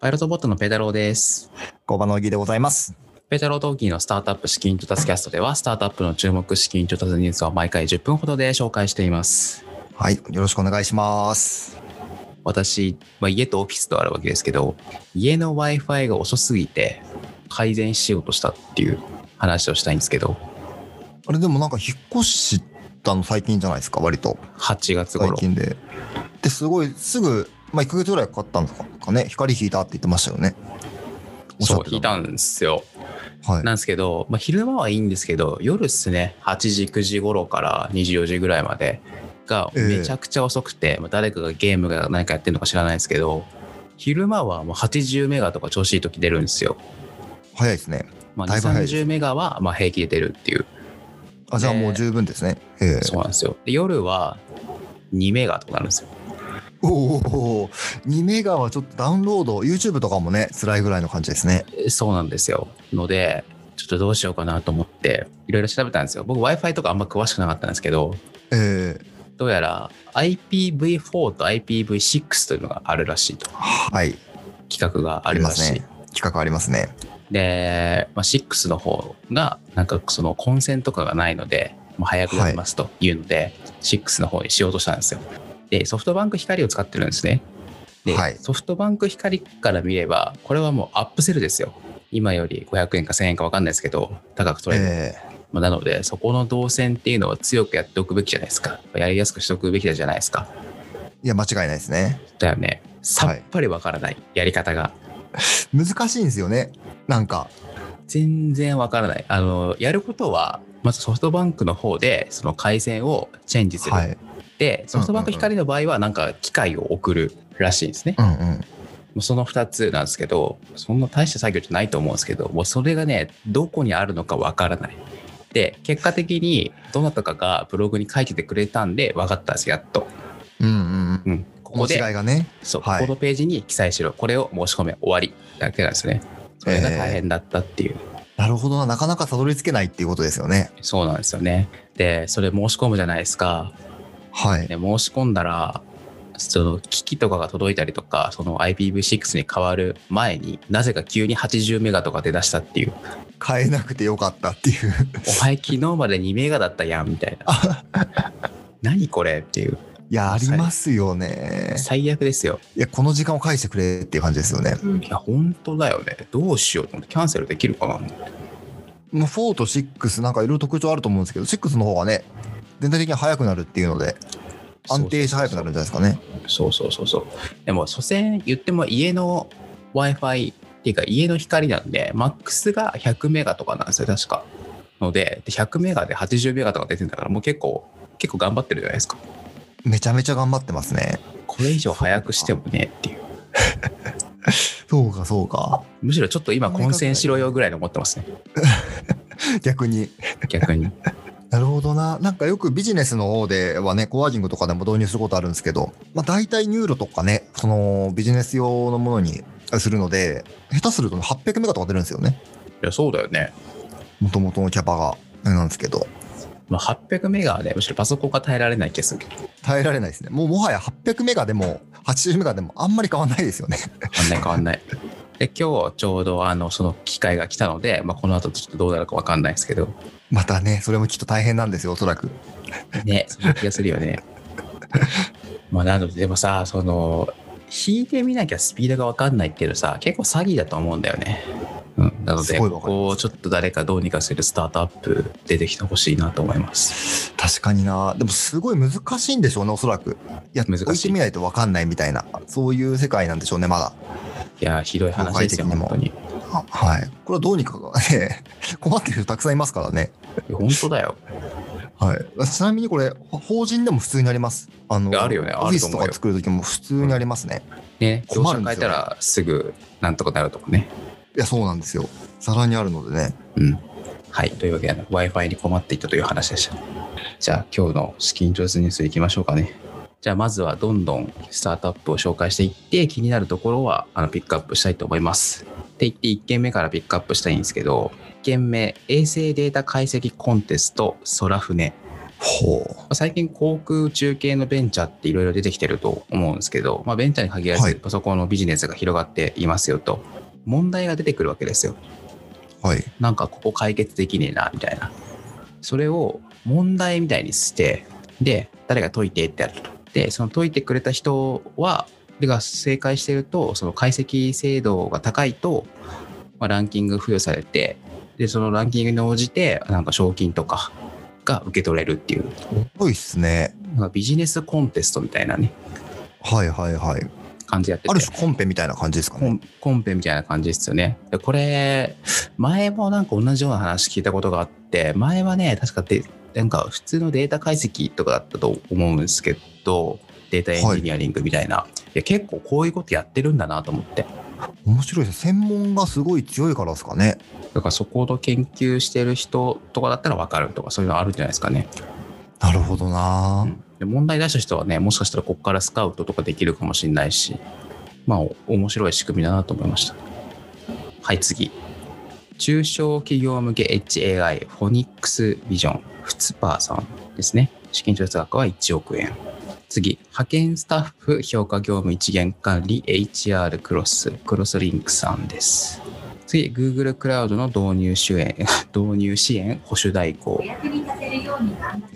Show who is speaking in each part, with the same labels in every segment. Speaker 1: パイロットボットのペダローです。
Speaker 2: 工場の小木でございます。
Speaker 1: ペダローとオギーのスタートアップ資金調達キャストでは、スタートアップの注目資金調達ニュースを毎回10分ほどで紹介しています。
Speaker 2: はい、よろしくお願いします。
Speaker 1: 私、まあ、家とオフィスとあるわけですけど、家の Wi-Fi が遅すぎて改善しようとしたっていう話をしたいんですけど、
Speaker 2: あれでもなんか引っ越したの最近じゃないですか、割と。8
Speaker 1: 8月
Speaker 2: 最
Speaker 1: 頃。
Speaker 2: 近で。で、すごい、すぐ、まあ1ヶ月ぐらいかかったんですかね。光引いたって言ってましたよね。おっしゃ
Speaker 1: そ
Speaker 2: っ
Speaker 1: う、
Speaker 2: て
Speaker 1: 引いたんですよ。
Speaker 2: はい。
Speaker 1: なんですけど、まあ、昼間はいいんですけど、夜っすね、8時、9時頃から24時ぐらいまでが
Speaker 2: ええ
Speaker 1: めちゃくちゃ遅くて、まあ誰かがゲームが何かやってるのか知らないですけど、昼間はもう80メガとか調子いい時出るんですよ。
Speaker 2: 早いですね。
Speaker 1: まあ、
Speaker 2: だいぶ早
Speaker 1: 2、
Speaker 2: いです
Speaker 1: 30メガはまあ平気で出るっていう、
Speaker 2: あ、じゃあもう十分ですね。ええ
Speaker 1: そうなんですよ。で夜は2メガとかなるんですよ。
Speaker 2: おお2メガはちょっとダウンロード、YouTube とかもね、辛いぐらいの感じですね。
Speaker 1: えそうなんですよ。ので、ちょっとどうしようかなと思って、いろいろ調べたんですよ。僕 Wi-Fi とかあんま詳しくなかったんですけど、
Speaker 2: ええ
Speaker 1: どうやら IPv4 と IPv6 というのがあるらしいと
Speaker 2: はい、
Speaker 1: 企画が
Speaker 2: あ
Speaker 1: あ
Speaker 2: り
Speaker 1: る
Speaker 2: ま
Speaker 1: らし
Speaker 2: す
Speaker 1: い、
Speaker 2: ね。企画ありますね。
Speaker 1: で、まあ、6の方がなんかその混戦とかがないので、まあ、早くなりますというので、6の方にしようとしたんですよでソフトバンク光を使ってるんですねで、
Speaker 2: はい
Speaker 1: ソフトバンク光から見ればこれはもうアップセルですよ今より500円か1000円か分かんないですけど高く取れる、
Speaker 2: え
Speaker 1: まあなのでそこの動線っていうのは強くやっておくべきじゃないですかやりやすくしておくべきじゃないですか
Speaker 2: えいや、間違いないですね。
Speaker 1: だよねさっぱりわからない、やり方が
Speaker 2: 難しいんですよね。なんか。
Speaker 1: 全然わからないあのやることはまずソフトバンクの方でその回線をチェンジする、
Speaker 2: はい。
Speaker 1: でソフトバンク光の場合はなんか機械を送るらしいんですね、
Speaker 2: うんうん。
Speaker 1: もうその2つなんですけどそんな大した作業じゃないと思うんですけどもうそれがねどこにあるのかわからないで結果的にどなたかがブログに書いててくれたんで分かったんですやっと、
Speaker 2: うんうんうん。
Speaker 1: うん、こ
Speaker 2: こ
Speaker 1: こ
Speaker 2: の
Speaker 1: で
Speaker 2: 違いがね。
Speaker 1: そう、
Speaker 2: はい
Speaker 1: ここのページに記載しろ、これを申し込め、終わりだけなんですね。それが大変だったっていう、
Speaker 2: なるほどな。なかなかたどり着けないっていうことですよね。
Speaker 1: そうなんですよね。で、それ申し込むじゃないですか。
Speaker 2: はい。
Speaker 1: で、申し込んだら、その機器とかが届いたりとか、その IPv6 に変わる前になぜか急に80メガとか出だしたっていう、
Speaker 2: 変えなくてよかったっていう。
Speaker 1: お前昨日まで2メガだったやんみたいな。何これっていう、
Speaker 2: いや、ありますよね。
Speaker 1: 最悪ですよ。
Speaker 2: いや、この時間を返してくれっていう感じですよね。
Speaker 1: いや、本当だよね。どうしようと思って、キャンセルできるかな
Speaker 2: もう4と6なんかいろいろ特徴あると思うんですけど、6の方がね、全体的に早くなるっていうので、安定して早くなるんじゃないですかね。
Speaker 1: そうそうそうそう。でも、所詮言っても家の Wi-Fi っていうか家の光なんで、マックスが100メガとかなんですよ、確か。ので、で100メガで80メガとか出てんだから、もう結構、結構頑張ってるじゃないですか。
Speaker 2: めちゃめちゃ頑張ってますね。
Speaker 1: これ以上早くしてもねっていう。
Speaker 2: そうか、そうか。
Speaker 1: むしろちょっと今混戦しろよぐらいの思ってますね、
Speaker 2: 逆に。
Speaker 1: 逆 に。
Speaker 2: なるほどな。なんかよくビジネスの方ではね、コワーキングとかでも導入することあるんですけど、まあ大体ニューロとかね、そのビジネス用のものにするので、下手すると800メガとか出るんですよね。
Speaker 1: いや、そうだよね。
Speaker 2: もともとのキャパが。あれなんですけど、
Speaker 1: まあ、800メガはね、むしろパソコンが耐えられない気がするけど、
Speaker 2: 耐えられないですね。もうもはや800メガでも80メガでもあんまり変わんないですよね。
Speaker 1: 変わんない変わんない。で、今日ちょうどあの、その機会が来たので、まあ、この後ちょっとどうなるかわかんないですけど、
Speaker 2: またね、それもきっと大変なんですよ、おそらく。
Speaker 1: ね、そんな気がするよ ね。まあ、なので、でもさ、その、引いてみなきゃスピードが分かんないっていうのさ、結構詐欺だと思うんだよね。うん、なの
Speaker 2: す
Speaker 1: で、
Speaker 2: ごいわ
Speaker 1: こ
Speaker 2: かり
Speaker 1: こ
Speaker 2: ます
Speaker 1: をちょっと誰かどうにかするスタートアップ出てきてほしいなと思います。
Speaker 2: 確かにな。でもすごい難しいんでしょうね、おそらく。いや、
Speaker 1: 難しい
Speaker 2: 置いてみないとわかんないみたいな、そういう世界なんでしょうね、まだ。
Speaker 1: いやー、ひどい話ですよ、
Speaker 2: 業界的にも
Speaker 1: 本当に。い
Speaker 2: ははい。これはどうにかがね、 困ってる人たくさんいますからね。
Speaker 1: や本当だよ。
Speaker 2: はい。ちなみにこれ、ほ法人でも普通にあります。あ
Speaker 1: いや
Speaker 2: の、
Speaker 1: あるよね
Speaker 2: オ
Speaker 1: あ
Speaker 2: フィ
Speaker 1: ると
Speaker 2: ス
Speaker 1: 思
Speaker 2: と
Speaker 1: うよ
Speaker 2: か作るときも普通にありますね。
Speaker 1: ね、業者
Speaker 2: 困るん
Speaker 1: 変
Speaker 2: で
Speaker 1: え
Speaker 2: すよ
Speaker 1: たらすぐなんとかなるとかね。
Speaker 2: いや、そうなんですよ。ざらにあるのでね。
Speaker 1: うん。はい。というわけで、Wi-Fi に困っていたという話でした。じゃあ、今日の資金調達ニュースいきましょうかね。じゃあ、まずはどんどんスタートアップを紹介していって、気になるところはあのピックアップしたいと思います。って言って、1件目からピックアップしたいんですけど、1件目、衛星データ解析コンテスト、空船。
Speaker 2: ほう。
Speaker 1: 最近航空宇宙系のベンチャーっていろいろ出てきてると思うんですけど、まあ、ベンチャーに限ら
Speaker 2: は
Speaker 1: ず
Speaker 2: い
Speaker 1: パソコンのビジネスが広がっていますよと問題が出てくるわけですよ
Speaker 2: はい。
Speaker 1: なんかここ解決できねえなみたいなそれを問題みたいにしてで誰が解いてってやるとでその解いてくれた人はでが正解してるとその解析精度が高いと、まあ、ランキング付与されてでそのランキングに応じてなんか賞金とかが受け取れるっていう
Speaker 2: 多いっすね。
Speaker 1: なんかビジネスコンテストみたいなね
Speaker 2: はいはいはい。
Speaker 1: 感じでやってて
Speaker 2: ある種コンペみたいな感じですか
Speaker 1: コ
Speaker 2: ね。
Speaker 1: ンコンペみたいな感じですよね。でこれ前もなんか同じような話聞いたことがあって前はね確かでなんか普通のデータ解析とかだったと思うんですけどデータエンジニアリングみたいな、い、や結構こういうことやってるんだなと思って
Speaker 2: 面白いですね。専門がすごい強いからですかね。
Speaker 1: だからそこの研究してる人とかだったら分かるとかそういうのあるんじゃないですかね。
Speaker 2: なるほどな、
Speaker 1: うんで問題出した人はねもしかしたらここからスカウトとかできるかもしれないしまあお面白い仕組みだなと思いましたはい次中小企業向け HAI フォニックスビジョンフツパーさんですね資金調達額は1億円次派遣スタッフ評価業務一元管理 HR クロスクロスリンクさんです次 Google クラウドの導入支援 導入支援保守代行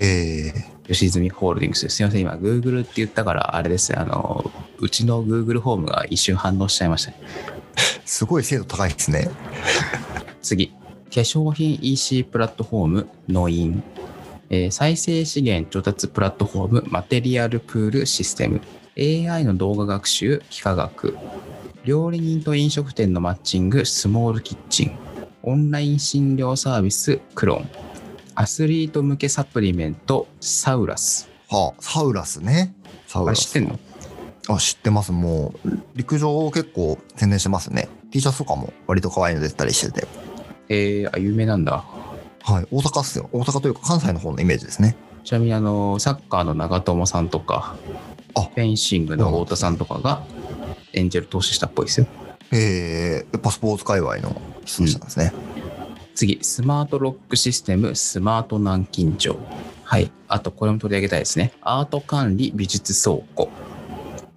Speaker 2: ええ
Speaker 1: 吉住ホールディングスです。すみません、今、Google って言ったから、あれですね、あの、うちの Google ホームが一瞬反応しちゃいましたね。
Speaker 2: すごい精度高いですね。
Speaker 1: 次、化粧品 EC プラットフォーム、ノイン。えー再生資源調達プラットフォーム、マテリアルプールシステム。AI の動画学習、幾何学。料理人と飲食店のマッチング、スモールキッチン。オンライン診療サービス、クロン。アスリート向けサプリメント、サウラス。
Speaker 2: はあ、サウラスね。サウ
Speaker 1: あ
Speaker 2: ラ
Speaker 1: れ
Speaker 2: ス。
Speaker 1: 知ってんの
Speaker 2: あ、知ってます。もう、陸上を結構宣伝してますね。T シャツとかも割と可愛いの出てたりしてて。
Speaker 1: えー、あ、有名なんだ。
Speaker 2: はい。大阪っすよ。大阪というか関西の方のイメージですね。
Speaker 1: ちなみにあのサッカーの長友さんとか
Speaker 2: あ
Speaker 1: フェンシングの太田さんとかがエンジェル投資したっぽいですよ
Speaker 2: ええやっぱスポーツ界隈の人者なんですね。
Speaker 1: 次スマートロックシステムスマート南京錠はいあとこれも取り上げたいですねアート管理美術倉庫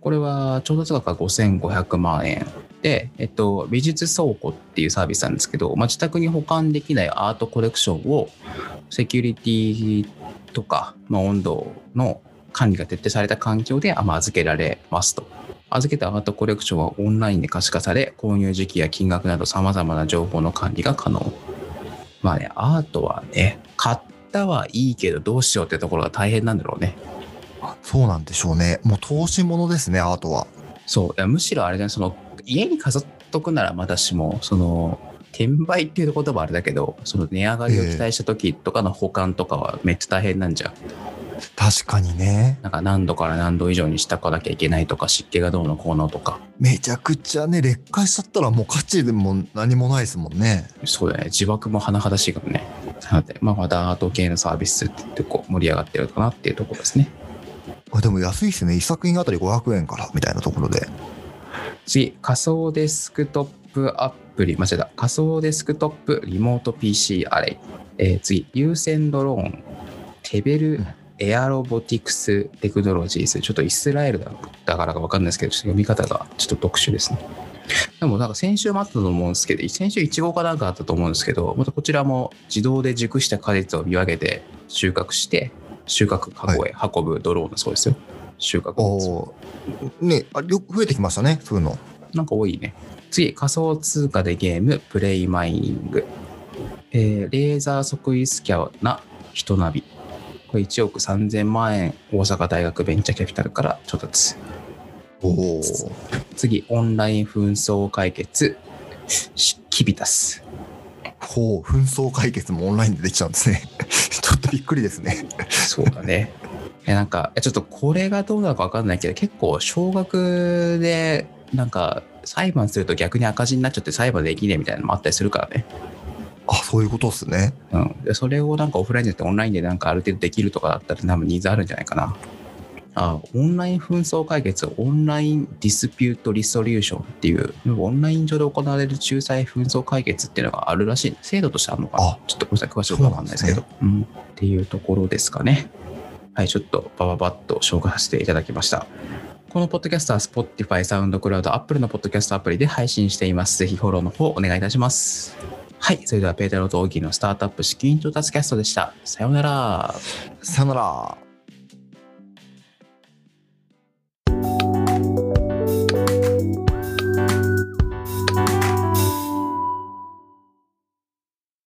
Speaker 1: これは調達額が5500万円で、えっと、美術倉庫っていうサービスなんですけど、まあ、自宅に保管できないアートコレクションをセキュリティとか、まあ、温度の管理が徹底された環境で、あまあ、預けられますと。預けたアートコレクションはオンラインで可視化され、購入時期や金額など様々な情報の管理が可能。まあね、アートはね、買ったはいいけどどうしようってところが大変なんだろうね。
Speaker 2: そうなんでしょうね。もう投資ものですね、アートは。
Speaker 1: そう、いやむしろあれだね、その家に飾っとくならまだしも、その、転売っていう言葉はあれだけど、その値上がりを期待した時とかの保管とかはめっちゃ大変なんじゃん。
Speaker 2: 確かにね。
Speaker 1: なんか何度から何度以上にしたかなきゃいけないとか、湿気がどうのこうのとか。
Speaker 2: めちゃくちゃね、劣化しちゃったらもう価値でも何もないですもんね。
Speaker 1: そうだね、自爆も甚だしいからね。なので、まあ、まだアート系のサービスって言ってこう盛り上がってるかなっていうところですね。
Speaker 2: あでも安いですね。一作品あたり500円からみたいなところで。
Speaker 1: 次、仮想デスクトップアプリ、間違えた、仮想デスクトップリモート PC アレイ。えー次、有線ドローン、テベルエアロボティクステクノロジーズ。ちょっとイスラエルだだからか分かんないですけど、ちょっと読み方がちょっと特殊ですね。でもなんか先週もあったと思うんですけど、先週イチゴかなんかあったと思うんですけど、またこちらも自動で熟した果実を見分けて収穫して、収穫過去へ運ぶドローンだそうですよ。収穫物を
Speaker 2: おーねあよく増えてきましたね、そういうの。
Speaker 1: なんか多いね。次、仮想通貨でゲーム、プレイマイニング。えーレーザー即位スキャナ、人ナビ。これ1億3000万円、大阪大学ベンチャーキャピタルから調達。
Speaker 2: おお。
Speaker 1: 次、オンライン紛争解決、しキビタス。
Speaker 2: ほう、紛争解決もオンラインでできちゃうんですね。 ちょっとびっくりですね。
Speaker 1: そうだね。 えなんか、えちょっとこれがどうなのか分かんないけど、結構、少額で、なんか、裁判すると逆に赤字になっちゃって裁判できねえみたいなのもあったりするからね。
Speaker 2: あ、そういうことですね。
Speaker 1: うん、でそれをなんかオフラインじゃなくてオンラインでなんかある程度できるとかだったら多分ニーズあるんじゃないかな。あオンライン紛争解決オンラインディスピュートリソリューションっていうオンライン上で行われる仲裁紛争解決っていうのがあるらしい制度としてあるのかな
Speaker 2: あ
Speaker 1: ちょっとごめんなさい詳しいことは分かんないですけどうん、っていうところですかねはいちょっとバババッと紹介させていただきましたこのポッドキャストは Spotify、SoundCloud、Apple のポッドキャストアプリで配信しています。ぜひフォローの方お願いいたします。はい、それではペータローとオギーのスタートアップ資金調達キャストでした。さようなら。
Speaker 2: さよなら。